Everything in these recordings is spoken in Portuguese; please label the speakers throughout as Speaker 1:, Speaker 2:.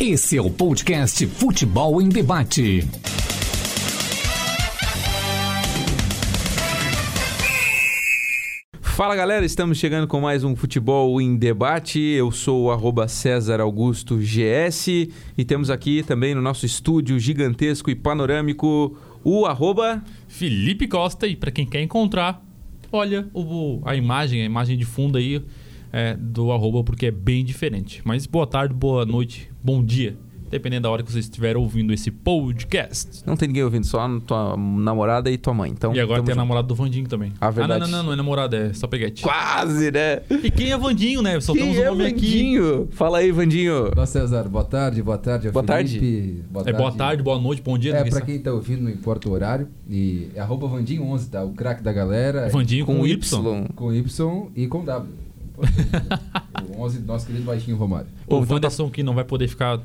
Speaker 1: Esse é o podcast Futebol em Debate.
Speaker 2: Fala galera, estamos chegando com mais um Futebol em Debate. Eu sou o arroba César Augusto GS e temos aqui também no nosso estúdio gigantesco e panorâmico o arroba.
Speaker 3: Felipe Costa, e para quem quer encontrar, olha o- a imagem, a imagem de fundo aí é, do arroba, porque é bem diferente. Mas boa tarde, boa noite, bom dia, dependendo da hora que você estiver ouvindo esse podcast.
Speaker 2: Não tem ninguém ouvindo, só a tua namorada e tua mãe. Então,
Speaker 3: E agora
Speaker 2: tamo
Speaker 3: tem a
Speaker 2: junto.
Speaker 3: namorada do Vandinho também.
Speaker 2: Ah, verdade.
Speaker 3: não, não, não, não é namorada, é só peguete.
Speaker 2: Quase, né?
Speaker 3: E quem é Vandinho, né? Soltamos
Speaker 2: Quem
Speaker 3: o
Speaker 2: é
Speaker 3: nome aqui.
Speaker 2: Vandinho? Fala aí, Vandinho.
Speaker 4: Olá, César. Boa tarde, boa tarde.
Speaker 2: Boa tarde.
Speaker 4: Felipe. Boa
Speaker 3: É boa tarde, boa noite, bom dia.
Speaker 4: É,
Speaker 3: ninguém
Speaker 4: pra
Speaker 3: sabe.
Speaker 4: quem tá ouvindo, não importa o horário. E é arroba Vandinho11, tá? O craque da galera.
Speaker 3: É Vandinho com,
Speaker 2: Com
Speaker 3: Y.
Speaker 2: Y.
Speaker 4: Com Y e com W. o 11 do nosso querido baixinho Romário. É,
Speaker 2: Pô,
Speaker 3: O
Speaker 2: então tá-
Speaker 3: Wanderson que não vai poder ficar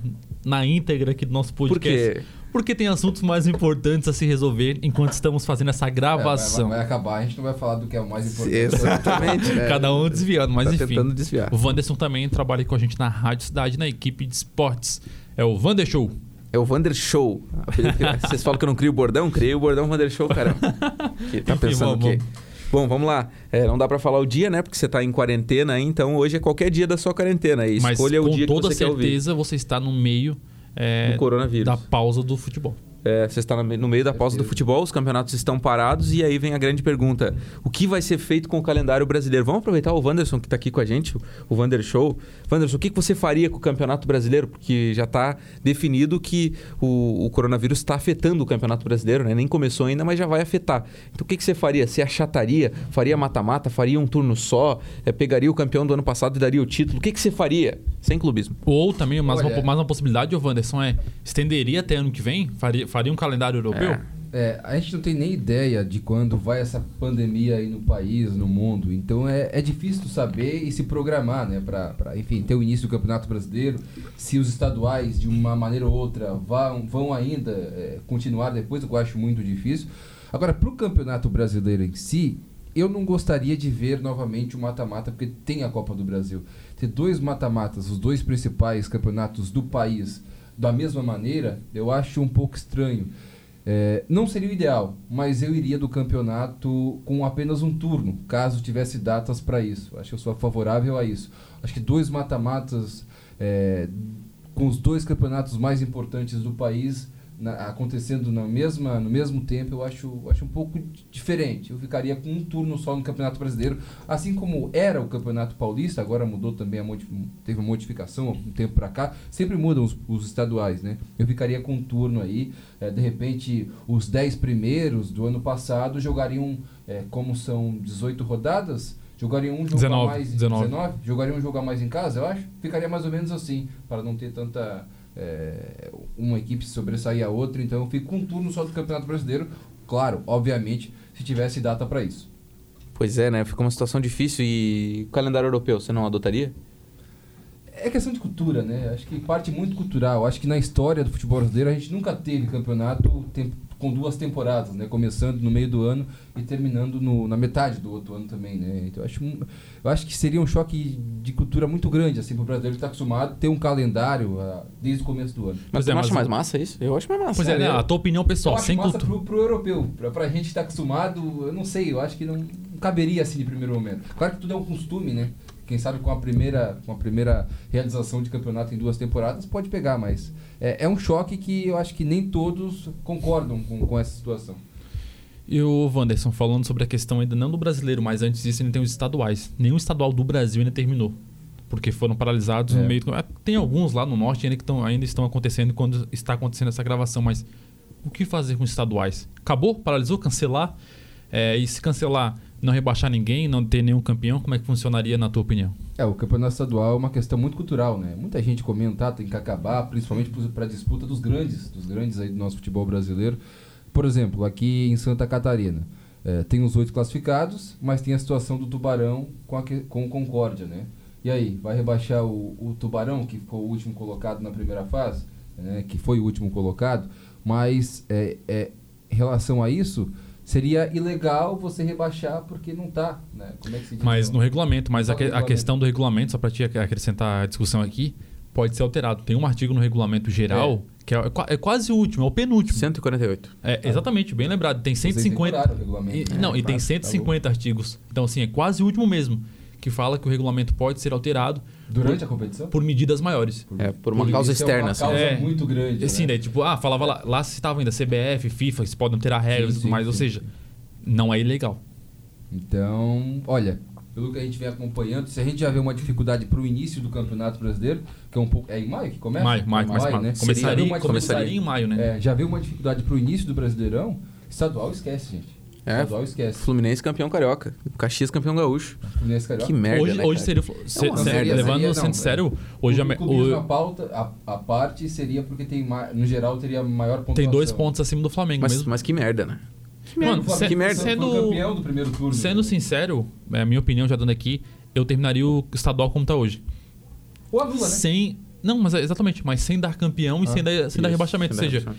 Speaker 3: na íntegra aqui do nosso podcast.
Speaker 2: quê?
Speaker 3: Porque tem assuntos mais importantes a se resolver enquanto estamos fazendo essa
Speaker 4: É, vai,
Speaker 3: gravação.
Speaker 4: vai acabar, a gente não vai falar do que é o mais importante.
Speaker 2: Exatamente. né?
Speaker 3: Cada um desviando, mas
Speaker 2: tá
Speaker 3: enfim.
Speaker 2: tentando desviar.
Speaker 3: O Wanderson também trabalha com a gente na Rádio Cidade, na equipe de esportes. É o Wander Show.
Speaker 2: É o Vander Show. Vocês falam que eu não crio bordão? Criei o bordão Vander Show, caramba. Que tá
Speaker 3: Enfim,
Speaker 2: pensando o
Speaker 3: vamos,
Speaker 2: quê? Bom, vamos lá. É, não dá pra falar o dia, né? Porque você tá em quarentena aí, então hoje é qualquer dia da sua quarentena. E
Speaker 3: Mas
Speaker 2: escolha
Speaker 3: com
Speaker 2: o dia que
Speaker 3: toda
Speaker 2: você quer ouvir.
Speaker 3: certeza você está no meio é,
Speaker 2: Do coronavírus.
Speaker 3: da pausa do futebol.
Speaker 2: É, você está no me- no meio da pausa do futebol, os campeonatos estão parados e aí vem a grande pergunta: o que vai ser feito com o calendário brasileiro? Vamos aproveitar o Wanderson que está aqui com a gente, o Wander Show. Wanderson, o que que você faria com o campeonato brasileiro? Porque já está definido que o, o coronavírus está afetando o campeonato brasileiro, né? Nem começou ainda, mas já vai afetar. Então o que que você faria? Você achataria? Faria mata-mata? Faria um turno só? É, pegaria o campeão do ano passado e daria o título? O que que você faria? Sem clubismo.
Speaker 3: Ou também, mais,
Speaker 4: Olha-
Speaker 3: uma, mais uma possibilidade, o Wanderson, é estenderia até ano que vem? Faria, faria um calendário europeu?
Speaker 4: É, a gente não tem nem ideia de quando vai essa pandemia aí no país, no mundo. Então é, é difícil tu saber e se programar, né? Pra, pra, enfim, ter o início do Campeonato Brasileiro. Se os estaduais, de uma maneira ou outra, vão, vão ainda é, continuar depois, eu acho muito difícil. Agora, pro Campeonato Brasileiro em si, eu não gostaria de ver novamente o mata-mata, porque tem a Copa do Brasil. Ter dois mata-matas, os dois principais campeonatos do país, da mesma maneira, eu acho um pouco estranho. É, não seria o ideal, mas eu iria do campeonato com apenas um turno, caso tivesse datas para isso. Acho que eu sou favorável a isso. Acho que dois mata-matas é, com os dois campeonatos mais importantes do país na- acontecendo na mesma, no mesmo tempo, eu acho, acho um pouco di- diferente. Eu ficaria com um turno só no Campeonato Brasileiro, assim como era o Campeonato Paulista, agora mudou também, a modi- teve uma modificação há um tempo para cá, sempre mudam os, os estaduais, né? Eu ficaria com um turno aí, eh, de repente, os 10 primeiros do ano passado jogariam, eh, como são 18 rodadas, jogariam um jogo a
Speaker 3: 19,
Speaker 4: mais...
Speaker 3: 19.
Speaker 4: 19? Jogaria um jogo a mais em casa, eu acho. Ficaria mais ou menos assim, para não ter tanta. é, uma equipe sobressair a outra. Então eu fico com um turno só do Campeonato Brasileiro. Claro, obviamente, se tivesse data para isso.
Speaker 2: Pois é, né? Ficou uma situação difícil e o calendário europeu, você não adotaria?
Speaker 4: É questão de cultura, né? Acho que parte muito cultural. Acho que na história do futebol brasileiro a gente nunca teve campeonato tem- com duas temporadas, né? Começando no meio do ano e terminando no- na metade do outro ano também, né? Então eu acho, um- eu acho que seria um choque de cultura muito grande, assim, pro brasileiro que tá acostumado a ter um calendário ah, desde o começo do ano.
Speaker 2: Mas
Speaker 3: Pois
Speaker 2: você
Speaker 3: é,
Speaker 2: não
Speaker 3: mas
Speaker 2: acha mais
Speaker 3: o-
Speaker 2: massa isso? Eu acho mais massa.
Speaker 3: Pois é, né?
Speaker 2: Eu-
Speaker 3: A tua opinião
Speaker 4: Eu
Speaker 3: pessoal,
Speaker 4: acho
Speaker 3: sem
Speaker 4: massa
Speaker 3: cultura.
Speaker 4: pro, pro europeu. Pra, pra gente que tá acostumado, eu não sei, eu acho que não caberia assim de primeiro momento. Claro que tudo é um costume, né? Quem sabe com a primeira, com a primeira realização de campeonato em duas temporadas pode pegar, mas é, é um choque que eu acho que nem todos concordam com, com essa situação.
Speaker 3: E o Wanderson, falando sobre a questão ainda não do brasileiro, mas antes disso ainda tem os estaduais. Nenhum estadual do Brasil ainda terminou. Porque foram paralisados no
Speaker 4: É.
Speaker 3: meio. do- Ah, Tem alguns lá no norte ainda que tão, ainda estão acontecendo quando está acontecendo essa gravação, mas o que fazer com os estaduais? Acabou? Paralisou? Cancelar? É, e se cancelar, não rebaixar ninguém, não ter nenhum campeão, como é que funcionaria na tua opinião?
Speaker 4: É, o campeonato estadual é uma questão muito cultural, né? Muita gente comenta, ah, tem que acabar, principalmente para a disputa dos grandes, dos grandes aí do nosso futebol brasileiro. Por exemplo, aqui em Santa Catarina, eh, tem os oito classificados, mas tem a situação do Tubarão com, a que- com o Concórdia, né? E aí, vai rebaixar o, o Tubarão, que ficou o último colocado na primeira fase, né? que foi o último colocado, mas eh, eh, em relação a isso, seria ilegal você rebaixar porque não tá, né? Como é que se diz?
Speaker 3: Mas
Speaker 4: Não-
Speaker 3: no regulamento, mas
Speaker 4: Só
Speaker 3: a, que- a
Speaker 4: no regulamento.
Speaker 3: questão do regulamento, só para te ac- acrescentar a discussão aqui, pode ser alterado. Tem um artigo no regulamento geral, que é, é qua- é quase o último, é o penúltimo.
Speaker 2: 148.
Speaker 3: É, exatamente, bem lembrado. Tem
Speaker 4: Tá Vocês
Speaker 3: 150.
Speaker 4: decoraram o regulamento,
Speaker 3: E-
Speaker 4: né?
Speaker 3: não, e tem
Speaker 4: Claro, tá
Speaker 3: 150 artigos. Então, assim, é quase o último mesmo. Que fala que o regulamento pode ser alterado
Speaker 4: Durante a competição?
Speaker 3: por medidas maiores.
Speaker 2: É, por uma
Speaker 4: Porque
Speaker 2: causa
Speaker 4: isso
Speaker 2: externa,
Speaker 4: É uma
Speaker 2: assim.
Speaker 4: causa
Speaker 3: É.
Speaker 4: muito grande.
Speaker 3: Assim,
Speaker 4: né?
Speaker 3: daí, tipo, ah, falava lá, lá se estavam ainda CBF, FIFA, que se podem alterar regras e
Speaker 4: sim,
Speaker 3: tudo mais, ou
Speaker 4: sim,
Speaker 3: seja, não é ilegal.
Speaker 4: Então, olha, pelo que a gente vem acompanhando, se a gente já vê uma dificuldade para o início do Campeonato Brasileiro, que é um pouco. É em maio né? que começa?
Speaker 3: Maio, maio,
Speaker 4: mais
Speaker 3: mais maio. Começaria,
Speaker 2: uma dificuldade.
Speaker 3: começaria em maio, né?
Speaker 4: É, já viu uma dificuldade pro início do Brasileirão? Estadual esquece, gente.
Speaker 2: É.
Speaker 4: Estadual esquece.
Speaker 2: Fluminense campeão carioca. Caxias campeão gaúcho.
Speaker 4: Fluminense Carioca.
Speaker 2: Que merda,
Speaker 3: hoje
Speaker 2: né,
Speaker 3: hoje
Speaker 2: cara?
Speaker 3: seria. se-
Speaker 2: uma
Speaker 3: se-
Speaker 2: merda.
Speaker 3: levando
Speaker 4: Seria,
Speaker 3: sendo
Speaker 4: não,
Speaker 3: sério, hoje a,
Speaker 4: o,
Speaker 3: me-
Speaker 4: clubismo
Speaker 3: o-
Speaker 4: à pauta, a, a parte seria porque tem ma- no geral teria maior pontuação.
Speaker 3: tem dois pontos acima do Flamengo
Speaker 2: Mas,
Speaker 3: mesmo.
Speaker 2: mas que merda, né?
Speaker 3: Mano,
Speaker 4: O Flamengo
Speaker 3: se-
Speaker 2: que merda.
Speaker 4: foi
Speaker 3: sendo,
Speaker 4: campeão do primeiro turno.
Speaker 3: sendo sincero, é a minha opinião já dando aqui, eu terminaria o estadual como tá hoje.
Speaker 4: Ou anula, né?
Speaker 3: Sem. Não, mas é- exatamente, mas sem dar campeão e sem dar, sem dar
Speaker 2: Ah, isso,
Speaker 3: rebaixamento. Ou
Speaker 2: sem dar
Speaker 3: seja,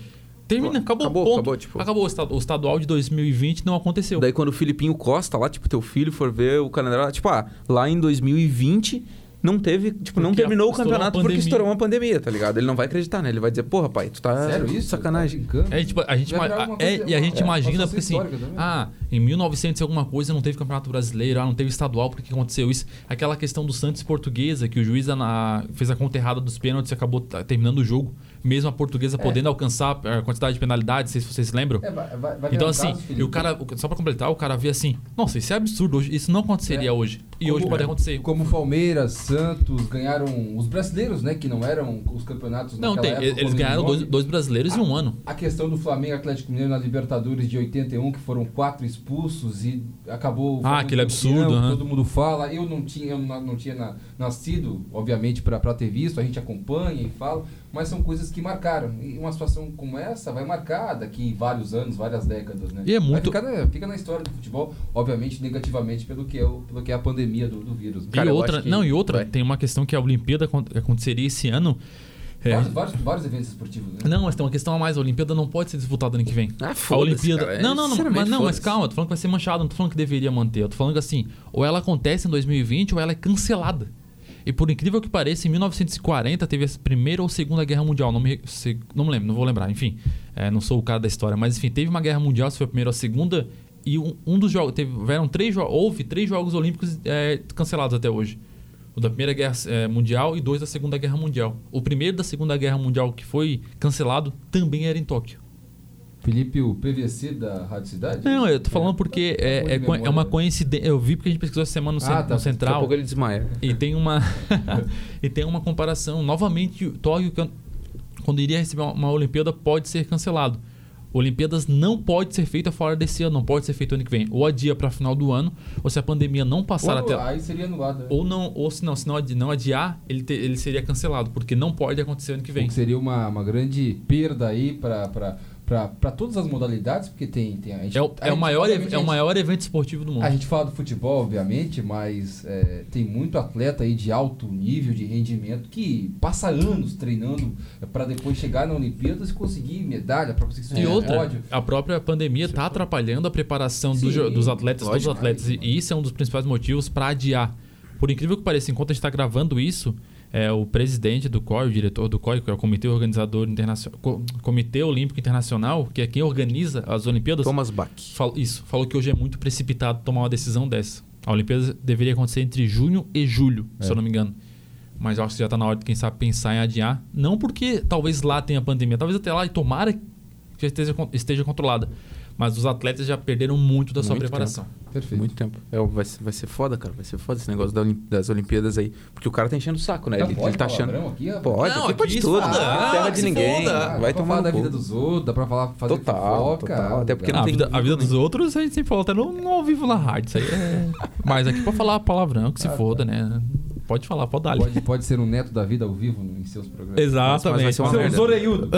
Speaker 3: termina, acabou,
Speaker 2: Acabou,
Speaker 3: ponto.
Speaker 2: acabou, tipo-
Speaker 3: Acabou, o esta- o estadual de 2020 não aconteceu.
Speaker 2: Daí quando o Filipinho Costa lá, tipo, teu filho for ver o calendário, lá, tipo, ah, lá em 2020 não teve, tipo, não
Speaker 3: Porque
Speaker 2: terminou o
Speaker 3: estourou uma
Speaker 2: campeonato porque
Speaker 3: pandemia.
Speaker 2: estourou uma pandemia, tá ligado? Ele não vai acreditar, né? Ele vai dizer, porra, pai, tu tá
Speaker 4: Sério isso?
Speaker 2: sacanagem.
Speaker 4: Tá brincando?
Speaker 3: É, tipo, a gente,
Speaker 4: Vai
Speaker 3: ma-
Speaker 4: virar alguma
Speaker 3: é,
Speaker 4: coisa-
Speaker 3: e a gente
Speaker 4: é,
Speaker 3: imagina,
Speaker 4: passou
Speaker 3: porque
Speaker 4: a ser
Speaker 3: assim,
Speaker 4: histórica também.
Speaker 3: ah, em 1900 e alguma coisa não teve Campeonato Brasileiro, ah, não teve estadual, porque aconteceu isso? Aquela questão do Santos e Portuguesa, que o juiz ana- fez a conta errada dos pênaltis e acabou tá- terminando o jogo, mesmo a Portuguesa podendo alcançar a quantidade de penalidades, não sei se vocês lembram.
Speaker 4: É, vai, vai, vai virar
Speaker 3: Então
Speaker 4: um
Speaker 3: assim,
Speaker 4: caso,
Speaker 3: e o
Speaker 4: Felipe.
Speaker 3: cara, o- só pra completar, o cara vê assim, nossa, isso é absurdo, hoje- isso não aconteceria
Speaker 4: É.
Speaker 3: hoje. E
Speaker 4: Como-
Speaker 3: hoje pode acontecer.
Speaker 4: Como Palmeiras, Santos ganharam os brasileiros, né? Que não eram os campeonatos
Speaker 3: Não,
Speaker 4: naquela
Speaker 3: tem,
Speaker 4: época,
Speaker 3: eles
Speaker 4: é? como
Speaker 3: ganharam
Speaker 4: nome. Ah.
Speaker 3: dois, dois brasileiros em um ano.
Speaker 4: A questão do Flamengo e Atlético Mineiro na Libertadores de 81, que foram quatro expulsos e acabou. o Flamengo
Speaker 3: Ah, aquele
Speaker 4: campeão,
Speaker 3: absurdo, né?
Speaker 4: Todo mundo fala. Eu não tinha, eu não, não tinha na- nascido, obviamente, pra pra ter visto. A gente acompanha e fala, mas são coisas que marcaram. E uma situação como essa vai marcar daqui vários anos, várias décadas, né?
Speaker 3: E é
Speaker 4: Vai
Speaker 3: muito-
Speaker 4: ficar na- fica na história do futebol, obviamente, negativamente pelo que é, o- pelo que é a pandemia do, do vírus. né?
Speaker 2: Cara,
Speaker 3: e
Speaker 2: eu
Speaker 3: outra,
Speaker 2: acho que
Speaker 3: não, é. e outra,
Speaker 2: vai.
Speaker 3: tem uma questão que a Olimpíada acon- aconteceria esse ano. É,
Speaker 4: Vários, vários, vários eventos esportivos, né?
Speaker 3: Não, mas tem uma questão a mais. A Olimpíada não pode ser disputada ano que vem.
Speaker 2: Ah,
Speaker 3: a
Speaker 2: foda-se,
Speaker 3: Olimpíada.
Speaker 2: cara. É,
Speaker 3: Não, não, não. Mas,
Speaker 2: sinceramente,
Speaker 3: não, mas
Speaker 2: foda-se.
Speaker 3: calma, eu tô falando que vai ser manchada, não tô falando que deveria manter. Eu tô falando que assim, ou ela acontece em 2020 ou ela é cancelada. E por incrível que pareça, em 1940 teve a Primeira ou Segunda Guerra Mundial. Não me, se- não me lembro, não vou lembrar. Enfim, é, não sou o cara da história. Mas enfim, teve uma guerra mundial, se foi a primeira ou a segunda. E um, um dos jogos. Teve, tiveram três, jo- houve três Jogos Olímpicos é, cancelados até hoje. O da Primeira Guerra eh, Mundial e dois da Segunda Guerra Mundial. O primeiro da Segunda Guerra Mundial que foi cancelado também era em Tóquio.
Speaker 4: Felipe, o PVC da Rádio Cidade?
Speaker 3: Não, eu tô falando porque é, é
Speaker 4: Muito
Speaker 3: co- é uma
Speaker 4: memória.
Speaker 3: coincidência. Eu vi porque a gente pesquisou essa semana no,
Speaker 4: né?
Speaker 3: cen- no
Speaker 4: Ah, tá. Daqui a
Speaker 2: Daqui a
Speaker 3: Central.
Speaker 2: pouco ele desmaia.
Speaker 3: E tem uma e tem uma comparação. Novamente, Tóquio can- quando iria receber uma, uma Olimpíada pode ser cancelado. Olimpíadas não pode ser feita fora desse ano, não pode ser feito ano que vem. Ou adia para final do ano, ou se a pandemia não passar
Speaker 4: Ou
Speaker 3: até
Speaker 4: Aí seria anulado. né?
Speaker 3: ou não, ou se não, se não adi- não adiar, ele, te- ele seria cancelado, porque não pode acontecer ano que
Speaker 4: O
Speaker 3: vem.
Speaker 4: que seria uma, uma grande perda aí para todas as modalidades, porque tem, tem a gente,
Speaker 3: É o,
Speaker 4: a
Speaker 3: é, o
Speaker 4: gente-
Speaker 3: maior, ev-
Speaker 4: obviamente,
Speaker 3: é
Speaker 4: a
Speaker 3: o
Speaker 4: gente-
Speaker 3: maior evento esportivo do mundo.
Speaker 4: A gente fala do futebol, obviamente, mas é, tem muito atleta aí de alto nível de rendimento que passa anos treinando para depois chegar na Olimpíadas e conseguir medalha, para conseguir subir
Speaker 3: E
Speaker 4: no
Speaker 3: outra,
Speaker 4: pódio.
Speaker 3: a própria pandemia está atrapalhando a preparação dos,
Speaker 4: Sim,
Speaker 3: jo- dos atletas, todos os
Speaker 4: lógico.
Speaker 3: atletas, e e isso é um dos principais motivos para adiar. Por incrível que pareça, enquanto a gente está gravando isso, é, o presidente do COI, o diretor do COI, que é o Comitê Organizador Internacional, Co- Comitê Olímpico Internacional, que é quem organiza as Olimpíadas,
Speaker 2: Thomas Bach.
Speaker 3: Fal- isso, falou que hoje é muito precipitado tomar uma decisão dessa. A Olimpíada deveria acontecer entre junho e julho,
Speaker 2: É.
Speaker 3: se eu não me engano. Mas eu acho que já está na hora de, quem sabe, pensar em adiar. Não porque talvez lá tenha pandemia, talvez até lá e tomara que já esteja, con- esteja controlada. Mas os atletas já perderam muito da sua
Speaker 2: Muito
Speaker 3: preparação.
Speaker 4: Perfeito.
Speaker 2: Muito tempo. É, vai, ser, vai ser foda, cara. Vai ser foda esse negócio da Olim- das Olimpíadas aí. Porque o cara tá enchendo o saco, né?
Speaker 4: Não
Speaker 2: Ele,
Speaker 4: pode
Speaker 2: ele tá achando.
Speaker 4: palavrão aqui, rapaz.
Speaker 2: pode,
Speaker 3: Não,
Speaker 2: aqui
Speaker 3: aqui
Speaker 2: pode
Speaker 3: se
Speaker 2: tudo.
Speaker 3: foda.
Speaker 2: Aqui não é terra
Speaker 3: Ah,
Speaker 2: de
Speaker 3: se
Speaker 2: ninguém.
Speaker 3: foda.
Speaker 4: Dá
Speaker 2: Vai
Speaker 4: pra
Speaker 2: tomar
Speaker 4: falar
Speaker 2: no
Speaker 4: da
Speaker 2: cu.
Speaker 4: vida dos outros, dá pra falar, fazer
Speaker 2: Total,
Speaker 4: fofoca.
Speaker 2: total. Até porque
Speaker 3: Ah,
Speaker 2: não
Speaker 3: a,
Speaker 2: tem
Speaker 3: vida, a vida
Speaker 2: nem-
Speaker 3: dos outros a gente sempre fala até no, no ao vivo na rádio. Isso aí é... Mas aqui pra falar palavrão, que se
Speaker 2: Ah,
Speaker 3: foda,
Speaker 2: tá.
Speaker 3: né? Pode falar, pode dar. ali.
Speaker 4: Pode, pode ser um neto da vida ao vivo em seus programas.
Speaker 2: Mas
Speaker 3: Exatamente.
Speaker 2: vai ser uma
Speaker 3: Seu
Speaker 2: merda.
Speaker 3: zoreiudo.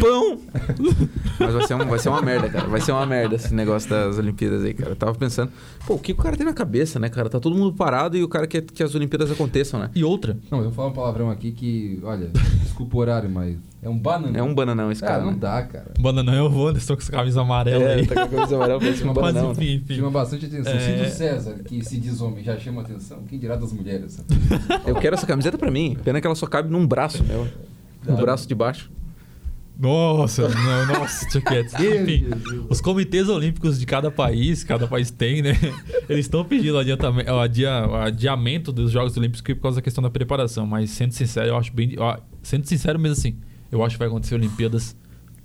Speaker 2: Pão! Mas vai ser, um- vai ser uma merda, cara. Vai ser uma merda esse negócio das Olimpíadas aí, cara. Eu tava pensando, pô, o que o cara tem na cabeça, né, cara? Tá todo mundo parado e o cara quer que as Olimpíadas aconteçam, né?
Speaker 3: E outra,
Speaker 4: Não, eu falo um palavrão aqui que, olha, desculpa o horário, mas É um bananão.
Speaker 2: É um bananão esse
Speaker 4: Ah,
Speaker 2: cara.
Speaker 4: não
Speaker 2: né?
Speaker 4: dá, cara.
Speaker 3: Bananão é o Wanderson com essa camisa amarela
Speaker 2: É,
Speaker 3: aí.
Speaker 2: tá com a camisa amarela, parece um
Speaker 3: Mas
Speaker 2: bananão. né?
Speaker 3: enfim, enfim.
Speaker 4: Chama bastante atenção.
Speaker 3: É.
Speaker 4: Se do César, que se diz homem, já chama atenção, quem dirá das mulheres?
Speaker 2: Eu quero essa camiseta pra mim. Pena que ela só cabe num braço meu. No braço de baixo.
Speaker 3: Nossa, não, nossa, Chuquetes. Enfim, os comitês olímpicos de cada país, cada país tem, né? Eles estão pedindo adiantamento, ó, adia- ó, adiamento dos Jogos Olímpicos por causa da questão da preparação. Mas sendo sincero, eu acho bem. ó, sendo sincero mesmo assim, eu acho que vai acontecer Olimpíadas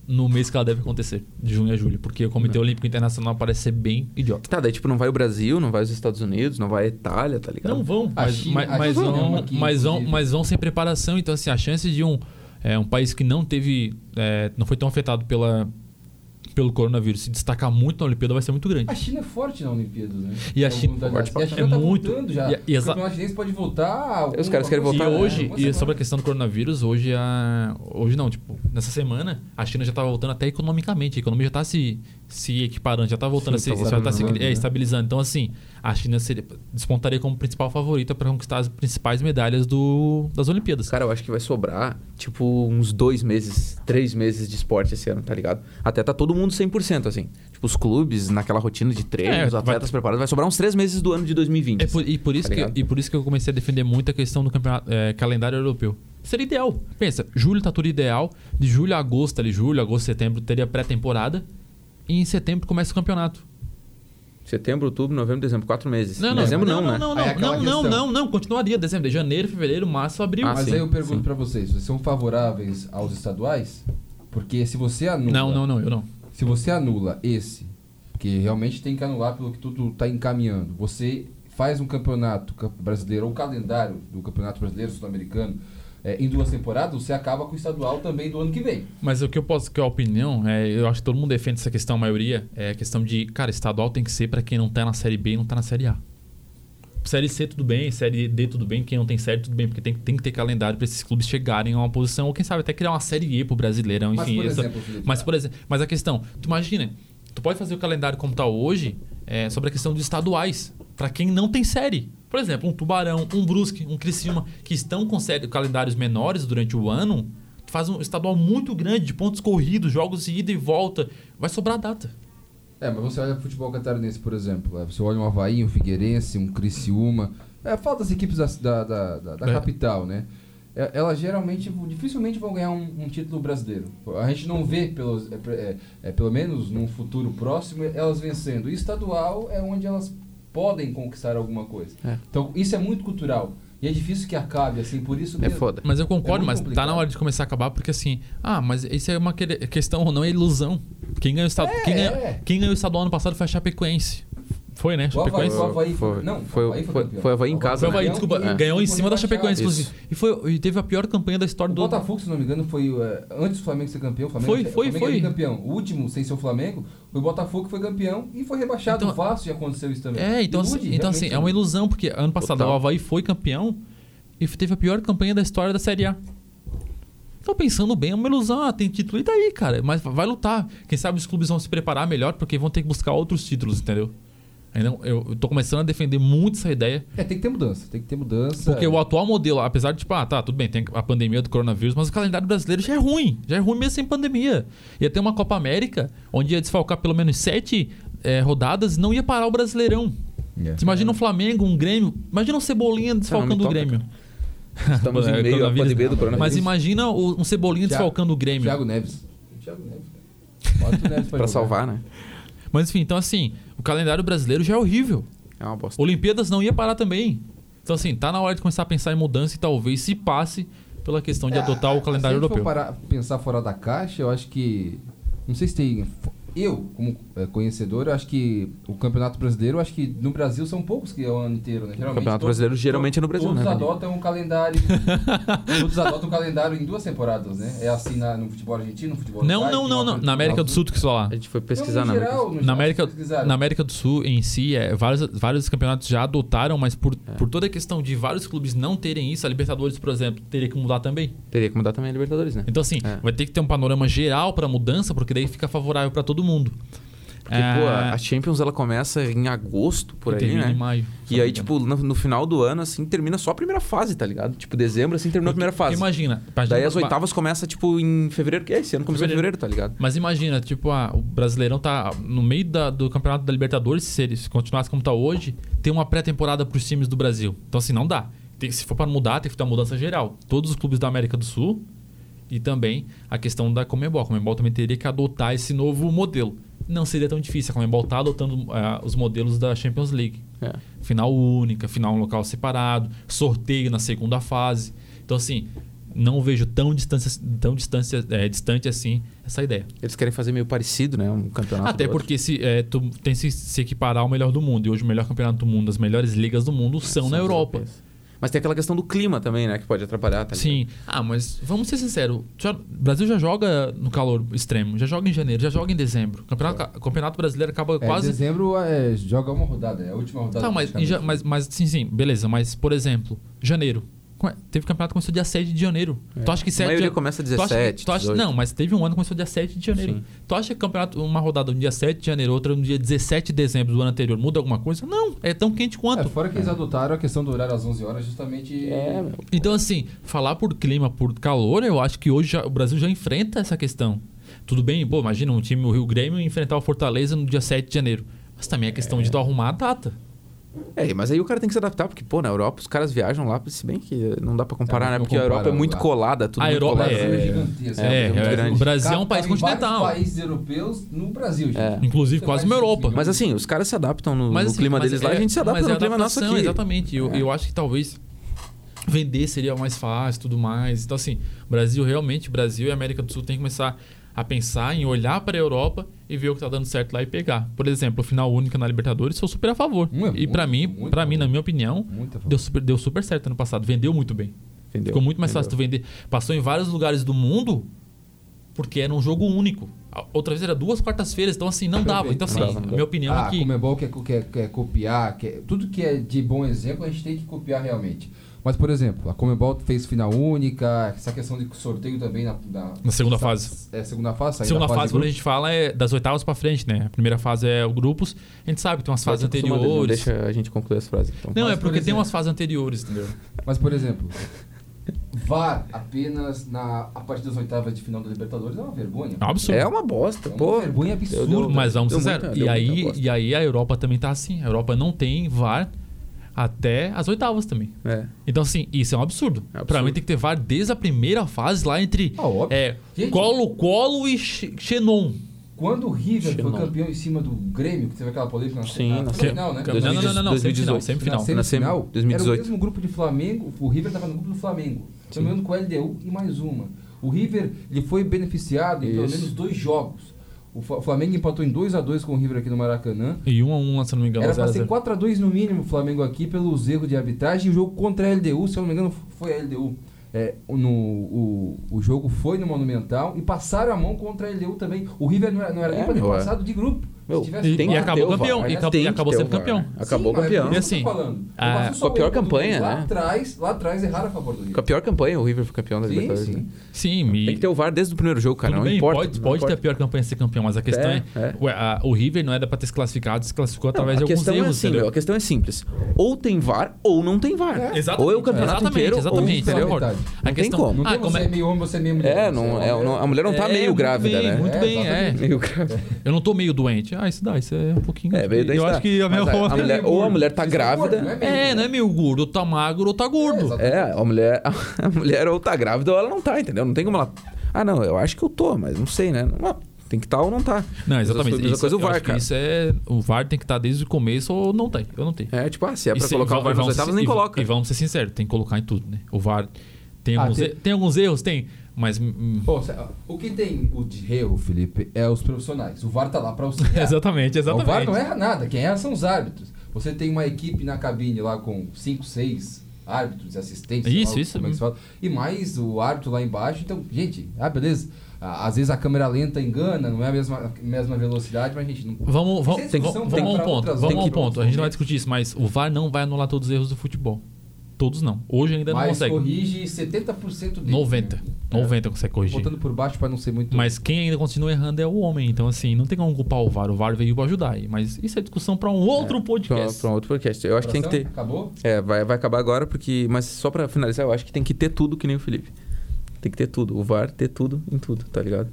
Speaker 3: no mês que ela deve acontecer, de junho a julho, porque o Comitê Olímpico Internacional parece ser bem idiota.
Speaker 2: Tá, daí tipo, não vai o Brasil, não vai os Estados Unidos, não vai a Itália, tá ligado?
Speaker 3: Não vão,
Speaker 4: Então, A
Speaker 3: mas,
Speaker 4: China-
Speaker 3: mas,
Speaker 4: a
Speaker 3: mas
Speaker 4: China
Speaker 3: vão,
Speaker 4: aqui,
Speaker 3: mas, vão,
Speaker 4: inclusive.
Speaker 3: mas vão sem preparação. Então, assim, a chance de um, é, um país que não teve. é, não foi tão afetado pela, pelo coronavírus se destacar muito na Olimpíada vai ser muito grande.
Speaker 4: A China é forte na Olimpíada, né?
Speaker 3: E a
Speaker 4: Em alguns
Speaker 3: China-
Speaker 4: lugares.
Speaker 2: forte pra
Speaker 4: E a China
Speaker 3: caramba.
Speaker 4: tá
Speaker 3: É muito.
Speaker 4: voltando já.
Speaker 3: E- e
Speaker 4: o
Speaker 3: exa-
Speaker 4: campeonato chinês pode voltar. é,
Speaker 2: Os caras querem
Speaker 3: E
Speaker 2: voltar, né?
Speaker 3: hoje,
Speaker 4: uma
Speaker 3: e é sobre
Speaker 4: semana.
Speaker 3: a questão do coronavírus, hoje a. Hoje não, tipo, nessa semana, a China já tá voltando até economicamente. A economia já tá se, se equiparando, já tá voltando
Speaker 2: Sim,
Speaker 3: a se,
Speaker 2: tá
Speaker 3: já tá se
Speaker 2: voltando,
Speaker 3: é,
Speaker 2: né?
Speaker 3: estabilizando. Então, assim, a China seria, despontaria como principal favorita para conquistar as principais medalhas do, das Olimpíadas.
Speaker 2: Cara, eu acho que vai sobrar, tipo, uns dois meses, três meses de esporte esse ano, tá ligado? Até tá todo mundo 100%, assim. Tipo, os clubes, naquela rotina de treino,
Speaker 3: É,
Speaker 2: os
Speaker 3: vai-
Speaker 2: atletas preparados. Vai sobrar uns três meses do ano de 2020.
Speaker 3: É por- e, por isso
Speaker 2: tá ligado?
Speaker 3: que, e por isso que eu comecei a defender muito a questão do campeonato, é, calendário europeu. Seria ideal. Pensa, julho tá tudo ideal. De julho a agosto, ali, julho, agosto, setembro, teria pré-temporada. E em setembro começa o campeonato.
Speaker 2: Setembro, outubro, novembro, dezembro. Quatro meses.
Speaker 3: Não, não,
Speaker 2: dezembro não,
Speaker 3: não,
Speaker 2: né?
Speaker 3: não,
Speaker 4: Aí é
Speaker 3: não,
Speaker 4: aquela
Speaker 3: não, não,
Speaker 4: questão.
Speaker 3: não, não, continuaria dezembro, janeiro, fevereiro, março, abril.
Speaker 2: Ah,
Speaker 4: Mas
Speaker 2: sim,
Speaker 4: aí eu pergunto
Speaker 2: sim.
Speaker 4: pra vocês, vocês são favoráveis aos estaduais? Porque se você anula...
Speaker 3: não, não, não, eu não.
Speaker 4: Se você anula esse, que realmente tem que anular pelo que tudo está encaminhando, você faz um campeonato ca- brasileiro, ou um calendário do campeonato brasileiro sul-americano, é, em duas temporadas, você acaba com o estadual também do ano que vem.
Speaker 3: Mas o que eu posso, que é a opinião, é, eu acho que todo mundo defende essa questão, a maioria, é a questão de, cara, estadual tem que ser pra quem não tá na série B e não tá na série A. Série C tudo bem, série D tudo bem, quem não tem série tudo bem, porque tem, tem que ter calendário pra esses clubes chegarem a uma posição, ou quem sabe até criar uma série E pro brasileirão,
Speaker 4: Mas,
Speaker 3: enfim.
Speaker 4: por
Speaker 3: essa-
Speaker 4: exemplo, Felipe, né?
Speaker 3: mas, por exemplo, mas a questão, tu imagina, tu pode fazer o calendário como tá hoje é, sobre a questão dos estaduais, pra quem não tem série. Por exemplo, um Tubarão, um Brusque, um Criciúma, que estão com série- calendários menores durante o ano, tu faz um estadual muito grande, de pontos corridos, jogos de ida e volta, vai sobrar data.
Speaker 4: É, mas você olha pro futebol catarinense, por exemplo. é, Você olha um Havaí, um Figueirense, um Criciúma. É, falta as equipes da, da, da, da- da
Speaker 3: É.
Speaker 4: capital, né? É, Elas geralmente, vão- dificilmente vão ganhar um, um título brasileiro. A gente não vê, pelos, é, pre- é, é, pelo menos num futuro próximo, elas vencendo. E estadual é onde elas podem conquistar alguma coisa.
Speaker 2: É.
Speaker 4: Então, isso é muito cultural. E é difícil que acabe, assim, por isso
Speaker 2: É
Speaker 4: mesmo.
Speaker 2: foda.
Speaker 3: Mas eu
Speaker 4: É
Speaker 3: concordo,
Speaker 4: muito
Speaker 3: mas tá
Speaker 4: complicado.
Speaker 3: na hora de começar a acabar, porque assim, ah, mas isso é uma que- questão ou não, é ilusão. Quem ganhou o estado,
Speaker 4: É,
Speaker 3: quem ganhou,
Speaker 4: é.
Speaker 3: quem ganhou o estadual ano passado foi a Chapecoense. Foi, né?
Speaker 4: O Havaí,
Speaker 3: Chapecoense.
Speaker 4: o Havaí foi,
Speaker 2: Foi-
Speaker 4: não,
Speaker 2: foi-
Speaker 4: o Havaí um foi,
Speaker 2: foi-
Speaker 4: campeão.
Speaker 2: foi Havaí em casa,
Speaker 3: Foi o
Speaker 2: né?
Speaker 3: Havaí, desculpa,
Speaker 4: campeão e-
Speaker 3: ganhou em
Speaker 4: e
Speaker 3: cima da
Speaker 4: foi
Speaker 3: Chapecoense,
Speaker 2: rebaixado.
Speaker 3: inclusive. E, foi, e teve a pior campanha da história
Speaker 4: O
Speaker 3: do.
Speaker 4: Botafogo, se não me engano, foi eh, antes do Flamengo ser campeão. o Flamengo
Speaker 3: Foi,
Speaker 4: o
Speaker 3: foi,
Speaker 4: Flamengo é
Speaker 3: foi.
Speaker 4: campeão. O último, sem ser o Flamengo, foi o Botafogo que foi campeão e foi rebaixado
Speaker 3: Então-
Speaker 4: fácil e aconteceu isso também.
Speaker 3: É, então,
Speaker 4: Ilude,
Speaker 3: assim, então assim,
Speaker 4: realmente. né?
Speaker 3: é uma ilusão, porque ano passado
Speaker 2: Total.
Speaker 3: o Havaí foi campeão e teve a pior campanha da história da Série A. Então, pensando bem, é uma ilusão. Ah, tem título, e daí, cara? Mas vai lutar. Quem sabe os clubes vão se preparar melhor, porque vão ter que buscar outros títulos, entendeu? Ainda- Eu eu tô começando a defender muito essa ideia,
Speaker 4: É, tem que ter mudança, tem que ter mudança.
Speaker 3: Porque o atual modelo, apesar de, tipo, ah, tá, tudo bem, tem a pandemia do coronavírus, mas o calendário brasileiro já é ruim. Já é ruim mesmo sem pandemia. Ia ter uma Copa América, onde ia desfalcar pelo menos sete eh, rodadas e não ia parar o Brasileirão.
Speaker 4: É.
Speaker 3: Você imagina um Flamengo, um Grêmio. Imagina um Cebolinha
Speaker 2: não me
Speaker 3: desfalcando o
Speaker 2: toca,
Speaker 3: Grêmio.
Speaker 2: Estamos em meio à
Speaker 3: é Coronavírus. né?
Speaker 2: pandemia do
Speaker 3: Mas
Speaker 2: coronavírus.
Speaker 3: imagina o- um Cebolinha
Speaker 4: Thiago-
Speaker 3: desfalcando o Grêmio.
Speaker 4: Thiago Neves. Thiago Neves. cara. Bota o Neves
Speaker 2: Pra
Speaker 4: jogar.
Speaker 2: salvar, né?
Speaker 3: Mas enfim, então assim, o calendário brasileiro já é horrível.
Speaker 2: É uma bosta.
Speaker 3: Olimpíadas não ia parar também. Então assim, tá na hora de começar a pensar em mudança e talvez se passe pela questão de adotar o calendário
Speaker 4: se a gente
Speaker 3: europeu.
Speaker 4: for parar, pensar fora da caixa, eu acho que. Não sei se tem. Eu, como é, conhecedor, eu acho que o Campeonato Brasileiro, eu acho que no Brasil são poucos que é o ano inteiro, né? Geralmente,
Speaker 2: Campeonato Brasileiro geralmente é no Brasil,
Speaker 4: todos
Speaker 2: né, Vini?
Speaker 4: adotam um calendário. todos adotam um calendário em duas temporadas, né? É assim na- no futebol argentino, no futebol
Speaker 3: Não,
Speaker 4: uruguaio,
Speaker 3: não,
Speaker 4: no
Speaker 3: não, não.
Speaker 4: futebol-
Speaker 3: Na América do Sul, tu quis falar.
Speaker 2: A gente foi
Speaker 4: Não,
Speaker 2: pesquisar né?
Speaker 4: no
Speaker 2: na América.
Speaker 4: geral, no
Speaker 3: Na
Speaker 4: geral,
Speaker 3: América,
Speaker 4: pesquisaram.
Speaker 3: na América do Sul em si, é, vários, vários campeonatos já adotaram, mas por, por toda a questão de vários clubes não terem isso, a Libertadores, por exemplo, teria que mudar também.
Speaker 2: Teria que mudar também a Libertadores, né?
Speaker 3: Então, assim,
Speaker 2: É.
Speaker 3: vai ter que ter um panorama geral para mudança, porque daí fica favorável para todo mundo.
Speaker 2: Porque,
Speaker 3: Ah.
Speaker 2: pô, Tipo, a Champions ela começa em agosto, por
Speaker 3: E
Speaker 2: aí,
Speaker 3: termina
Speaker 2: né?
Speaker 3: em maio, se
Speaker 2: E
Speaker 3: não
Speaker 2: aí,
Speaker 3: me
Speaker 2: tipo, no, no final do ano, assim, termina só a primeira fase, tá ligado? Tipo, dezembro, assim, terminou a primeira fase.
Speaker 3: Imagina. imagina-
Speaker 2: Daí as oitavas começa, tipo, em fevereiro. Que é esse ano começou em
Speaker 3: Fevereiro.
Speaker 2: fevereiro, tá ligado?
Speaker 3: Mas imagina, tipo, ah, o Brasileirão tá no meio da- do Campeonato da Libertadores, se eles continuassem como tá hoje, tem uma pré-temporada pros times do Brasil. Então, assim, não dá. Tem- se for pra mudar, tem que ter uma mudança geral. Todos os clubes da América do Sul e também a questão da Comembol. A Comembol também teria que adotar esse novo modelo. Não seria tão difícil. A Comembol tá adotando ah, os modelos da Champions League.
Speaker 2: É.
Speaker 3: Final única, final em local separado, sorteio na segunda fase. Então, assim, não vejo tão, distância, tão distância, é, distante assim essa ideia.
Speaker 2: Eles querem fazer meio parecido, né? Um campeonato.
Speaker 3: Até
Speaker 2: do outro.
Speaker 3: porque se, é, tu tem que se- se equiparar ao melhor do mundo. E hoje o melhor campeonato do mundo, as melhores ligas do mundo são, na
Speaker 2: as
Speaker 3: Europa.
Speaker 2: europeias. Mas tem aquela questão do clima também, né? Que pode atrapalhar, tá ligado?
Speaker 3: Sim. Ah, mas vamos ser sinceros. já- o Brasil já joga no calor extremo. Já joga em janeiro, já joga em dezembro. O campeonato, o campeonato brasileiro acaba
Speaker 4: É,
Speaker 3: quase...
Speaker 4: dezembro é, joga uma rodada, é a última rodada.
Speaker 3: Tá, mas, em
Speaker 4: praticamente.
Speaker 3: ja- mas, mas sim, sim, beleza. Mas, por exemplo, janeiro. Como é? Teve campeonato que começou dia 7 de janeiro. Tu acha que 7
Speaker 2: maioria
Speaker 3: de-
Speaker 2: começa
Speaker 3: tu acha que-
Speaker 2: 17,
Speaker 3: tu acha-
Speaker 2: 18.
Speaker 3: Não, mas teve um ano que começou dia 7 de janeiro.
Speaker 2: Sim.
Speaker 3: Tu acha que campeonato, uma rodada no dia 7 de janeiro, outra no dia 17 de dezembro do ano anterior, muda alguma coisa? Não, é tão quente quanto.
Speaker 4: É, fora que eles adotaram a questão do horário às 11 horas, justamente.
Speaker 2: É, meu.
Speaker 3: Então, assim, falar por clima, por calor, eu acho que hoje já- o Brasil já enfrenta essa questão. Tudo bem, pô, imagina um time, o Rio Grêmio, enfrentar o Fortaleza no dia 7 de janeiro. Mas também é questão de tu arrumar a data.
Speaker 2: É, mas aí o cara tem que se adaptar, porque, pô, na Europa os caras viajam lá, se bem que não dá pra comparar,
Speaker 3: Tá,
Speaker 4: É,
Speaker 2: né?
Speaker 4: não
Speaker 2: Porque a Europa é
Speaker 4: compara
Speaker 2: muito
Speaker 4: lá.
Speaker 2: colada, tudo
Speaker 3: A
Speaker 2: muito
Speaker 3: Europa
Speaker 2: colado. né?
Speaker 3: é-
Speaker 4: gigantesco. né?
Speaker 3: é,
Speaker 2: muito
Speaker 3: é,
Speaker 2: grande.
Speaker 3: o Brasil é um país
Speaker 4: Cabe em vários
Speaker 3: continental.
Speaker 4: países europeus no Brasil, gente.
Speaker 2: É.
Speaker 3: Inclusive,
Speaker 4: Você
Speaker 3: quase
Speaker 4: vai
Speaker 3: uma Europa.
Speaker 2: Mas assim, os caras se adaptam no, no
Speaker 3: assim,
Speaker 2: clima
Speaker 3: mas
Speaker 2: deles
Speaker 3: é-
Speaker 2: lá, a gente se adapta
Speaker 3: mas é
Speaker 2: no clima nosso
Speaker 3: adaptação,
Speaker 2: aqui. É.
Speaker 3: Exatamente. Eu, eu acho que talvez vender seria mais fácil, tudo mais. Então, assim, Brasil realmente, Brasil e América do Sul tem que começar a pensar em olhar para a Europa e ver o que tá dando certo lá e pegar. Por exemplo, final única na Libertadores, sou super a favor.
Speaker 4: Hum, é
Speaker 3: e para
Speaker 4: muito,
Speaker 3: mim,
Speaker 4: muito
Speaker 3: para mim,
Speaker 4: bom.
Speaker 3: na minha opinião,
Speaker 4: Muito a favor.
Speaker 3: deu super, deu super certo ano passado. Vendeu muito bem.
Speaker 2: Entendeu?
Speaker 3: Ficou muito mais
Speaker 2: Entendeu?
Speaker 3: fácil tu vender. Passou em vários lugares do mundo porque era um jogo único. A- Outra vez era duas quartas-feiras, então assim, não dava. Então assim,
Speaker 2: Não dava, não dava.
Speaker 3: a minha opinião
Speaker 4: ah,
Speaker 3: é que...
Speaker 4: como é bom que é, co- que é- que é copiar, que é- tudo que é de bom exemplo a gente tem que copiar realmente. Mas, por exemplo, a Comebol fez final única, essa questão de sorteio também na, na,
Speaker 3: Na segunda
Speaker 4: sa-
Speaker 3: fase.
Speaker 4: É, segunda fase, saindo
Speaker 3: Segunda
Speaker 4: da
Speaker 3: fase,
Speaker 4: de
Speaker 3: quando a
Speaker 4: grupos.
Speaker 3: gente fala, é das oitavas pra frente, né? A primeira fase é o grupos. A gente sabe, tem umas
Speaker 2: Vai te
Speaker 3: fases
Speaker 2: acostumando, ele Não
Speaker 3: anteriores.
Speaker 2: deixa a gente concluir essa frase, então.
Speaker 3: Não,
Speaker 4: Mas,
Speaker 3: é
Speaker 4: por
Speaker 3: porque tem
Speaker 4: exemplo-
Speaker 3: umas fases anteriores, entendeu?
Speaker 4: Mas, por exemplo, VAR apenas na, a partir das oitavas de final da Libertadores é uma vergonha.
Speaker 3: É um absurdo.
Speaker 2: É uma bosta,
Speaker 4: É uma
Speaker 2: pô.
Speaker 4: vergonha absurda.
Speaker 2: Deu- deu-
Speaker 3: Mas vamos ser
Speaker 2: deu
Speaker 3: sinceros.
Speaker 2: muita-
Speaker 3: E
Speaker 2: deu muita
Speaker 3: aí,
Speaker 2: bosta.
Speaker 3: e aí a Europa também tá assim. A Europa não tem VAR até as oitavas também.
Speaker 2: É.
Speaker 3: Então, assim, isso é um absurdo.
Speaker 2: É absurdo.
Speaker 3: Pra mim tem que ter VAR desde a primeira fase lá entre
Speaker 4: Ah, óbvio.
Speaker 3: é,
Speaker 4: Gente.
Speaker 3: Colo-Colo e Xe- Xenon.
Speaker 4: Quando o River
Speaker 2: Xenon.
Speaker 4: foi campeão em cima do Grêmio, que teve aquela polêmica na,
Speaker 2: Sim,
Speaker 4: na,
Speaker 2: na
Speaker 3: Que-
Speaker 4: final, né?
Speaker 3: Não, não, não, não, não,
Speaker 2: 2018.
Speaker 3: semifinal,
Speaker 2: Na
Speaker 4: Na semifinal,
Speaker 2: semi-
Speaker 4: era o
Speaker 2: 2018.
Speaker 4: mesmo grupo de Flamengo, o River estava no grupo do Flamengo. Se não me engano, com o LDU e mais uma. O River ele foi beneficiado em pelo
Speaker 2: Isso.
Speaker 4: menos dois jogos. O Fla- Flamengo empatou em 2 a 2 com o River aqui no Maracanã.
Speaker 3: E um a um, se eu não me engano.
Speaker 4: Era pra
Speaker 3: zero a
Speaker 4: ser
Speaker 3: zero.
Speaker 4: 4x2 no mínimo o Flamengo aqui pelos erros de arbitragem. E O jogo contra a LDU, se eu não me engano, foi a LDU. É, no, o, o jogo foi no Monumental e passaram a mão contra a LDU também. O River não era, não era nem
Speaker 2: É,
Speaker 4: pra ter
Speaker 2: meu, é.
Speaker 4: passado de grupo.
Speaker 2: Meu,
Speaker 4: se tivesse
Speaker 3: E-
Speaker 2: tem
Speaker 3: e
Speaker 2: que
Speaker 4: passado-
Speaker 3: acabou
Speaker 2: ter o VAR,
Speaker 3: campeão, e
Speaker 2: né?
Speaker 3: acabou-
Speaker 2: Tem
Speaker 3: e
Speaker 2: que
Speaker 3: acabou
Speaker 2: ter o
Speaker 3: sendo
Speaker 2: VAr.
Speaker 3: campeão.
Speaker 2: Acabou
Speaker 4: Sim, mas é
Speaker 2: campeão.
Speaker 4: por
Speaker 3: E
Speaker 4: isso
Speaker 3: assim,
Speaker 4: que eu tô falando.
Speaker 3: a-
Speaker 4: Eu faço só
Speaker 2: com a pior
Speaker 4: o outro
Speaker 2: campanha,
Speaker 4: grupo. Lá
Speaker 2: né?
Speaker 4: atrás, lá atrás erraram a favor do Rio.
Speaker 2: Com a pior campanha, o River foi campeão da
Speaker 4: Sim,
Speaker 2: Libertadores.
Speaker 4: sim.
Speaker 2: né?
Speaker 3: Sim, e...
Speaker 2: Tem que ter o VAR desde o primeiro jogo, cara.
Speaker 3: Tudo
Speaker 2: não
Speaker 3: bem,
Speaker 2: importa.
Speaker 3: pode,
Speaker 2: não
Speaker 3: pode ter
Speaker 2: importa.
Speaker 3: a pior campanha ser campeão, mas a questão é,
Speaker 2: É, é.
Speaker 3: ué, a- o River não era pra ter se classificado, se classificou
Speaker 2: Não,
Speaker 3: através de
Speaker 2: a
Speaker 3: alguns
Speaker 2: questão
Speaker 3: erros,
Speaker 2: é assim,
Speaker 3: entendeu?
Speaker 2: meu, a questão é simples. Ou tem VAR ou não tem VAR.
Speaker 3: Exatamente,
Speaker 2: Ou é o campeonato
Speaker 3: exatamente,
Speaker 2: inteiro,
Speaker 3: exatamente,
Speaker 2: ou, entendeu?
Speaker 3: concordo.
Speaker 4: Não
Speaker 3: A
Speaker 2: tem
Speaker 3: questão,
Speaker 2: como.
Speaker 4: Não
Speaker 3: Ah,
Speaker 4: tem
Speaker 3: como
Speaker 4: você é
Speaker 3: é,
Speaker 4: meio homem, você é meio mulher.
Speaker 2: É,
Speaker 4: você
Speaker 2: não,
Speaker 4: é
Speaker 2: é, não- a mulher não tá
Speaker 3: É,
Speaker 2: meio
Speaker 3: muito
Speaker 2: grávida,
Speaker 3: bem,
Speaker 2: né?
Speaker 3: Muito
Speaker 4: É,
Speaker 3: bem, é.
Speaker 4: exatamente.
Speaker 2: Meio grávida.
Speaker 3: Eu não tô meio doente. Ah, isso dá, isso é um pouquinho.
Speaker 2: É, meio daí
Speaker 3: eu
Speaker 2: está.
Speaker 3: acho que a minha
Speaker 2: Mas
Speaker 3: avó-
Speaker 2: a mulher- ou a mulher tá
Speaker 4: Vocês são gordos,
Speaker 2: grávida.
Speaker 4: não meio
Speaker 3: É,
Speaker 4: gordo.
Speaker 3: não é meio gordo, ou tá magro ou tá gordo.
Speaker 4: exatamente.
Speaker 2: É, a mulher, a mulher ou tá grávida ou ela não tá, entendeu? Não tem como ela. Ah, não, eu acho que eu tô, mas não sei, né? Não, tem que estar ou não tá.
Speaker 3: não, exatamente.
Speaker 2: Mesma coisa o
Speaker 3: eu acho
Speaker 2: VAR,
Speaker 3: que
Speaker 2: cara.
Speaker 3: Isso é, o VAR tem que estar desde o começo ou não tem. Eu não tenho.
Speaker 2: É, tipo, ah, se é
Speaker 3: E
Speaker 2: pra
Speaker 3: se-
Speaker 2: colocar
Speaker 3: e
Speaker 2: o VAR nas
Speaker 3: vamos-
Speaker 2: oitavas,
Speaker 3: e
Speaker 2: nem
Speaker 3: va-
Speaker 2: coloca.
Speaker 3: E vamos ser sinceros, tem que colocar em tudo, né? O VAR tem
Speaker 4: Ah,
Speaker 3: alguns,
Speaker 4: tem-
Speaker 3: er- tem alguns erros, tem, mas hum,
Speaker 4: Bom, cê- o que tem o de erro, Felipe, é os profissionais. O VAR tá lá pra auxiliar.
Speaker 3: Exatamente,
Speaker 4: É O VAR não
Speaker 3: exatamente.
Speaker 4: erra nada, quem erra são os árbitros. Você tem uma equipe na cabine lá com 5, 6 árbitros, assistentes, sei lá
Speaker 3: Isso, isso.
Speaker 4: como é que se fala, e mais o árbitro lá embaixo. Então, gente, ah, beleza. Ah, Às vezes a câmera lenta engana, não é a mesma, mesma velocidade, mas a gente não.
Speaker 3: Vamos, vamos,
Speaker 4: Tem que-
Speaker 3: vamos,
Speaker 4: tem que-
Speaker 3: vamos a um ponto.
Speaker 4: outras
Speaker 3: Vamos a um
Speaker 4: outras
Speaker 3: ponto. A gente não vai
Speaker 4: outras
Speaker 3: discutir isso, mas o VAR não vai anular todos os erros do futebol. Todos não. Hoje ainda não
Speaker 4: Mas
Speaker 3: consegue.
Speaker 4: corrige 70% dele.
Speaker 3: 90.
Speaker 4: né? É,
Speaker 3: 90 consegue corrigir.
Speaker 4: Botando por baixo pra não ser muito.
Speaker 3: Mas quem ainda continua errando é o homem. Então, assim, não tem como culpar o VAR. O VAR veio pra ajudar aí. Mas isso é discussão pra um outro
Speaker 2: Pra,
Speaker 3: podcast.
Speaker 2: pra um outro podcast. Eu acho que tem que ter.
Speaker 4: Acabou?
Speaker 2: É, vai, vai acabar agora, porque. Mas só pra finalizar, eu acho que tem que ter tudo que nem o Felipe. Tem que ter tudo. O VAR ter tudo em tudo, tá ligado?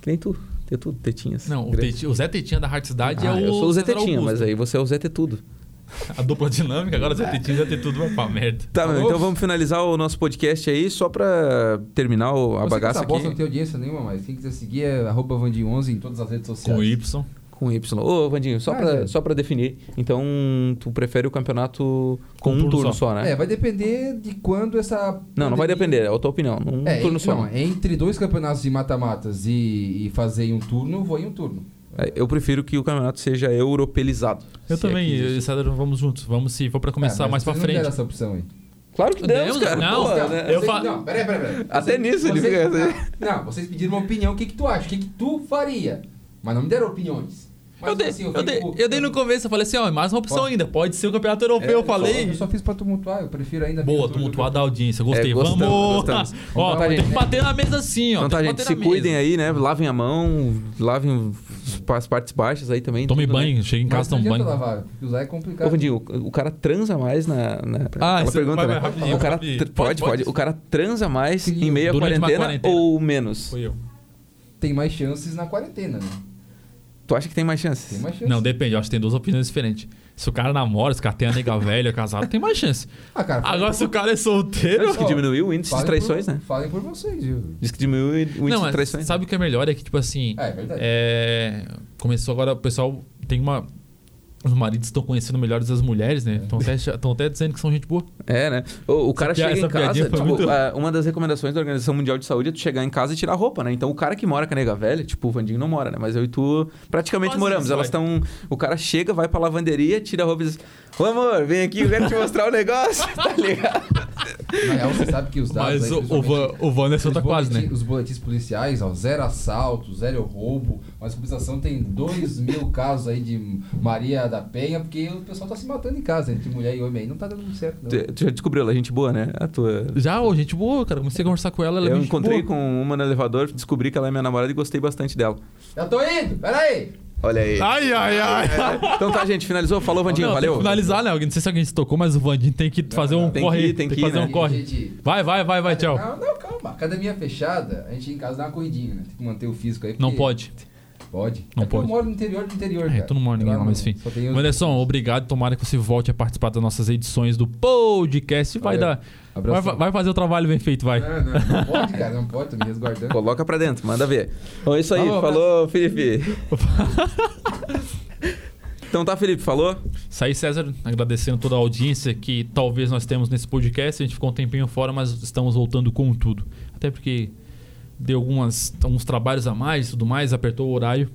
Speaker 2: Que nem tu. Ter tudo, tetinhas.
Speaker 3: Não, o,
Speaker 2: Grandes.
Speaker 3: Teti- o Zé Tetinha da Hard Cidade
Speaker 2: Ah,
Speaker 3: é o.
Speaker 2: eu sou o Zé
Speaker 3: César
Speaker 2: Tetinha, mas
Speaker 3: Augusto.
Speaker 2: aí você é o Zé ter tudo.
Speaker 3: A dupla dinâmica, agora o Zé Tetinha já tem tudo vai pra merda.
Speaker 2: Tá, meu,
Speaker 4: Falou?
Speaker 2: então vamos finalizar o nosso podcast aí, só pra terminar o- a
Speaker 4: Eu sei que
Speaker 2: bagaça
Speaker 4: essa bosta não
Speaker 2: aqui.
Speaker 4: tem audiência nenhuma mais. Quem quiser seguir é arroba Vandinho11 em todas as redes sociais.
Speaker 3: Com Y.
Speaker 2: Com Y. Ô, Vandinho, só,
Speaker 4: Ah,
Speaker 2: pra,
Speaker 4: é.
Speaker 2: só pra definir. Então, tu prefere o campeonato com, um turno só, né?
Speaker 4: É, vai depender de quando essa.
Speaker 2: Não, não vai
Speaker 4: pandemia-
Speaker 2: depender, é a tua opinião. Um
Speaker 4: É,
Speaker 2: turno só.
Speaker 4: não, entre dois campeonatos de mata-matas e, e fazer em um turno, eu vou em um turno.
Speaker 2: É, Eu prefiro que o campeonato seja europeizado.
Speaker 3: Eu
Speaker 2: Se é
Speaker 3: também,
Speaker 2: que
Speaker 3: eu e
Speaker 2: existe.
Speaker 3: o César, vamos juntos. Vamos se for pra começar
Speaker 4: É,
Speaker 3: mais
Speaker 4: mas
Speaker 3: pra
Speaker 4: vocês não deram
Speaker 3: frente.
Speaker 4: essa opção aí.
Speaker 2: Claro que demos,
Speaker 3: Demos,
Speaker 2: cara.
Speaker 3: não.
Speaker 2: Pô,
Speaker 3: Não.
Speaker 2: né?
Speaker 3: Eu
Speaker 4: Vocês-
Speaker 3: fa-
Speaker 4: Não, peraí, peraí, peraí.
Speaker 2: Até nisso ele
Speaker 4: vocês-
Speaker 2: fica assim.
Speaker 4: Não, não, vocês pediram uma opinião, o que, que tu acha? O que, que tu faria? Mas não me deram opiniões. Mas,
Speaker 3: Eu dei,
Speaker 4: assim,
Speaker 3: eu, dei,
Speaker 4: fico- É,
Speaker 3: eu dei no começo, eu falei assim, ó, mais uma opção ainda. Pode ser o campeonato europeu,
Speaker 2: É,
Speaker 3: eu falei.
Speaker 4: Eu só fiz pra tumultuar, eu prefiro ainda.
Speaker 3: Boa,
Speaker 4: meu turno.
Speaker 3: tumultuar da audiência. Gostei.
Speaker 2: É, gostamos,
Speaker 3: Vamos!
Speaker 2: gostamos.
Speaker 3: ó,
Speaker 2: Então tá,
Speaker 3: tem
Speaker 2: gente.
Speaker 3: que bater na mesa assim,
Speaker 2: Então
Speaker 3: ó. tem
Speaker 2: tá,
Speaker 3: que
Speaker 2: gente, se
Speaker 3: bater na
Speaker 2: cuidem
Speaker 3: mesa.
Speaker 2: aí, né? Lavem a mão, lavem as partes baixas aí também.
Speaker 3: Tome
Speaker 2: tudo, né?
Speaker 3: banho, chega em
Speaker 4: Mas
Speaker 3: casa,
Speaker 4: não
Speaker 3: tome
Speaker 4: adianta
Speaker 3: banho.
Speaker 4: lavar, porque usar é complicado.
Speaker 2: Ô, Vandinho, o, o cara transa mais na. na
Speaker 3: Ah,
Speaker 2: aquela
Speaker 3: isso-
Speaker 2: pergunta,
Speaker 3: vai,
Speaker 2: né?
Speaker 3: vai, rapidinho,
Speaker 2: o cara
Speaker 3: rapidinho.
Speaker 2: tr-
Speaker 3: Pode,
Speaker 2: pode, pode,
Speaker 3: pode.
Speaker 2: O cara transa mais em meio à
Speaker 3: Durante uma
Speaker 2: quarentena,
Speaker 3: quarentena.
Speaker 2: ou menos?
Speaker 3: Foi eu.
Speaker 4: Tem mais chances na quarentena, né?
Speaker 2: Tu acha que tem mais chances?
Speaker 4: Tem mais chances.
Speaker 3: Não, depende, eu acho que tem duas opiniões diferentes. Se o cara namora, se o cara tem a nega velha, casado, tem mais chance.
Speaker 4: Ah, cara,
Speaker 3: Agora, se o cara é
Speaker 2: Eu
Speaker 3: solteiro.
Speaker 2: Acho que diminuiu o índice de
Speaker 4: falem
Speaker 2: traições,
Speaker 4: por,
Speaker 2: né?
Speaker 4: Falem por vocês, viu?
Speaker 2: Diz que diminuiu o índice
Speaker 3: Não,
Speaker 2: de
Speaker 3: mas
Speaker 2: traições.
Speaker 3: sabe o que é melhor? É que, tipo assim.
Speaker 4: É, é verdade.
Speaker 3: é, Começou agora, o pessoal tem uma. Os maridos estão conhecendo melhores as mulheres,
Speaker 4: É.
Speaker 3: né? Estão até, tão até dizendo que são gente boa.
Speaker 2: É, né? O, o cara
Speaker 3: Essa
Speaker 2: chega em
Speaker 3: piadinha
Speaker 2: casa,
Speaker 3: foi
Speaker 2: tipo,
Speaker 3: muito-
Speaker 2: a- uma das recomendações da Organização Mundial de Saúde é tu chegar em casa e tirar a roupa, né? Então o cara que mora com a nega velha, tipo, o Vandinho não mora, né? Mas eu e tu praticamente
Speaker 3: Quase
Speaker 2: moramos.
Speaker 3: isso,
Speaker 2: Elas
Speaker 3: vai.
Speaker 2: estão. O cara chega, vai pra lavanderia, tira a roupa e diz: Ô amor, vem aqui, eu quero te mostrar o negócio, tá ligado?
Speaker 4: Na real, você sabe que os dados.
Speaker 3: Mas
Speaker 4: aí,
Speaker 3: o, o,
Speaker 4: principalmente-
Speaker 3: Van, o Wanderson
Speaker 4: Os
Speaker 3: tá quase,
Speaker 4: boletins-
Speaker 3: né?
Speaker 4: Os boletins policiais, ó, zero assalto, zero roubo, mas compensação tem dois mil casos aí de Maria da Penha, porque o pessoal tá se matando em casa, entre mulher e homem aí, não tá dando certo, não.
Speaker 2: Tu, tu já descobriu, ela é gente boa, né? A tua.
Speaker 3: Já, ô, gente boa, cara. Comecei a conversar com ela, ela é
Speaker 2: eu
Speaker 3: gente
Speaker 2: encontrei
Speaker 3: boa.
Speaker 2: com uma no elevador, descobri que ela é minha namorada e gostei bastante dela.
Speaker 4: Já tô indo, peraí!
Speaker 2: Olha aí.
Speaker 3: Ai, ai, ai.
Speaker 2: Então tá, gente, finalizou. Falou, Vandinho,
Speaker 3: Não, tem
Speaker 2: valeu.
Speaker 3: que finalizar, né? Alguém- Não sei se alguém se tocou, mas o Vandinho tem que fazer um
Speaker 2: Tem que
Speaker 3: corre.
Speaker 2: ir, tem que ir,
Speaker 3: fazer
Speaker 2: né?
Speaker 3: um corre.
Speaker 4: Gente,
Speaker 3: Vai, vai, vai, vai, tchau.
Speaker 4: Não, não, calma. Academia fechada, a gente em casa dá uma corridinha, né? Tem que manter o físico aí. porque-
Speaker 3: Não pode.
Speaker 4: Pode.
Speaker 3: Não
Speaker 4: é porque
Speaker 3: pode.
Speaker 4: Eu moro no interior do interior,
Speaker 3: É,
Speaker 4: cara.
Speaker 3: tu não mora ninguém
Speaker 4: Lá
Speaker 3: lá,
Speaker 4: no-
Speaker 3: mas é enfim.
Speaker 4: Só tem os-
Speaker 3: Wanderson, obrigado. Tomara que você volte a participar das nossas edições do podcast. Vai dar.
Speaker 4: Valeu.
Speaker 3: Vai,
Speaker 4: Abração.
Speaker 3: vai fazer o trabalho bem feito, vai.
Speaker 4: Não, não, não pode, cara, não pode, tô me resguardando.
Speaker 2: Coloca pra dentro, manda ver. Então é isso aí,
Speaker 4: Falou,
Speaker 2: falou, Felipe. então tá, Felipe, falou?
Speaker 3: Isso aí, César, agradecendo toda a audiência que talvez nós temos nesse podcast. A gente ficou um tempinho fora, mas estamos voltando com tudo. Até porque deu algumas, alguns trabalhos a mais e tudo mais, apertou o horário.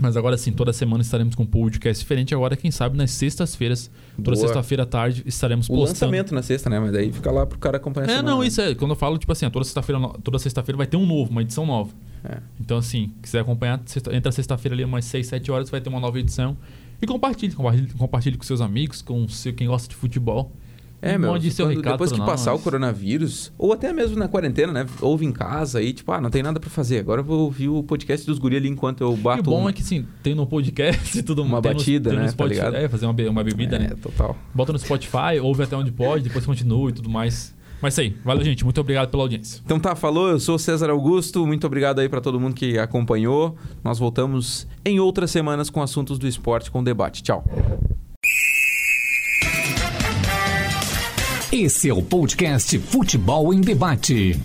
Speaker 3: Mas agora sim, toda semana estaremos com um podcast diferente. Agora, quem sabe, nas sextas-feiras, toda
Speaker 2: Boa.
Speaker 3: sexta-feira à tarde, estaremos
Speaker 2: O
Speaker 3: postando.
Speaker 2: lançamento na sexta, né? Mas daí fica lá pro cara acompanhar. a
Speaker 3: É,
Speaker 2: semana,
Speaker 3: não,
Speaker 2: né?
Speaker 3: isso é. Quando eu falo, tipo assim, toda sexta-feira toda sexta-feira vai ter um novo, uma edição nova.
Speaker 2: É.
Speaker 3: Então, assim, quiser acompanhar, sexta- entra sexta-feira ali umas 6, 7 horas, vai ter uma nova edição. E compartilhe, compartilhe, compartilhe com seus amigos, com seu, quem gosta de futebol.
Speaker 2: É, meu.
Speaker 3: Mande um seu
Speaker 2: quando-
Speaker 3: recado
Speaker 2: depois
Speaker 3: pra
Speaker 2: que
Speaker 3: nós.
Speaker 2: passar o coronavírus, ou até mesmo na quarentena, né? Ouve em casa aí, tipo, ah, não tem nada pra fazer. Agora eu vou ouvir o podcast dos guri ali enquanto eu
Speaker 3: E
Speaker 2: bato.
Speaker 3: o bom
Speaker 2: uma.
Speaker 3: é que, assim, tem no podcast e tudo
Speaker 2: um Uma
Speaker 3: tem
Speaker 2: batida,
Speaker 3: tem
Speaker 2: né? Tá
Speaker 3: Spotify,
Speaker 2: ligado?
Speaker 3: é, fazer uma, be- uma bebida, né?
Speaker 2: É, total.
Speaker 3: Bota no Spotify, ouve até onde pode, depois continua e tudo mais. Mas é isso aí. Valeu, gente. Muito obrigado pela audiência.
Speaker 2: Então tá, falou. Eu sou César Augusto. Muito obrigado aí pra todo mundo que acompanhou. Nós voltamos em outras semanas com assuntos do esporte, com debate. Tchau.
Speaker 1: Esse é o podcast Futebol em Debate.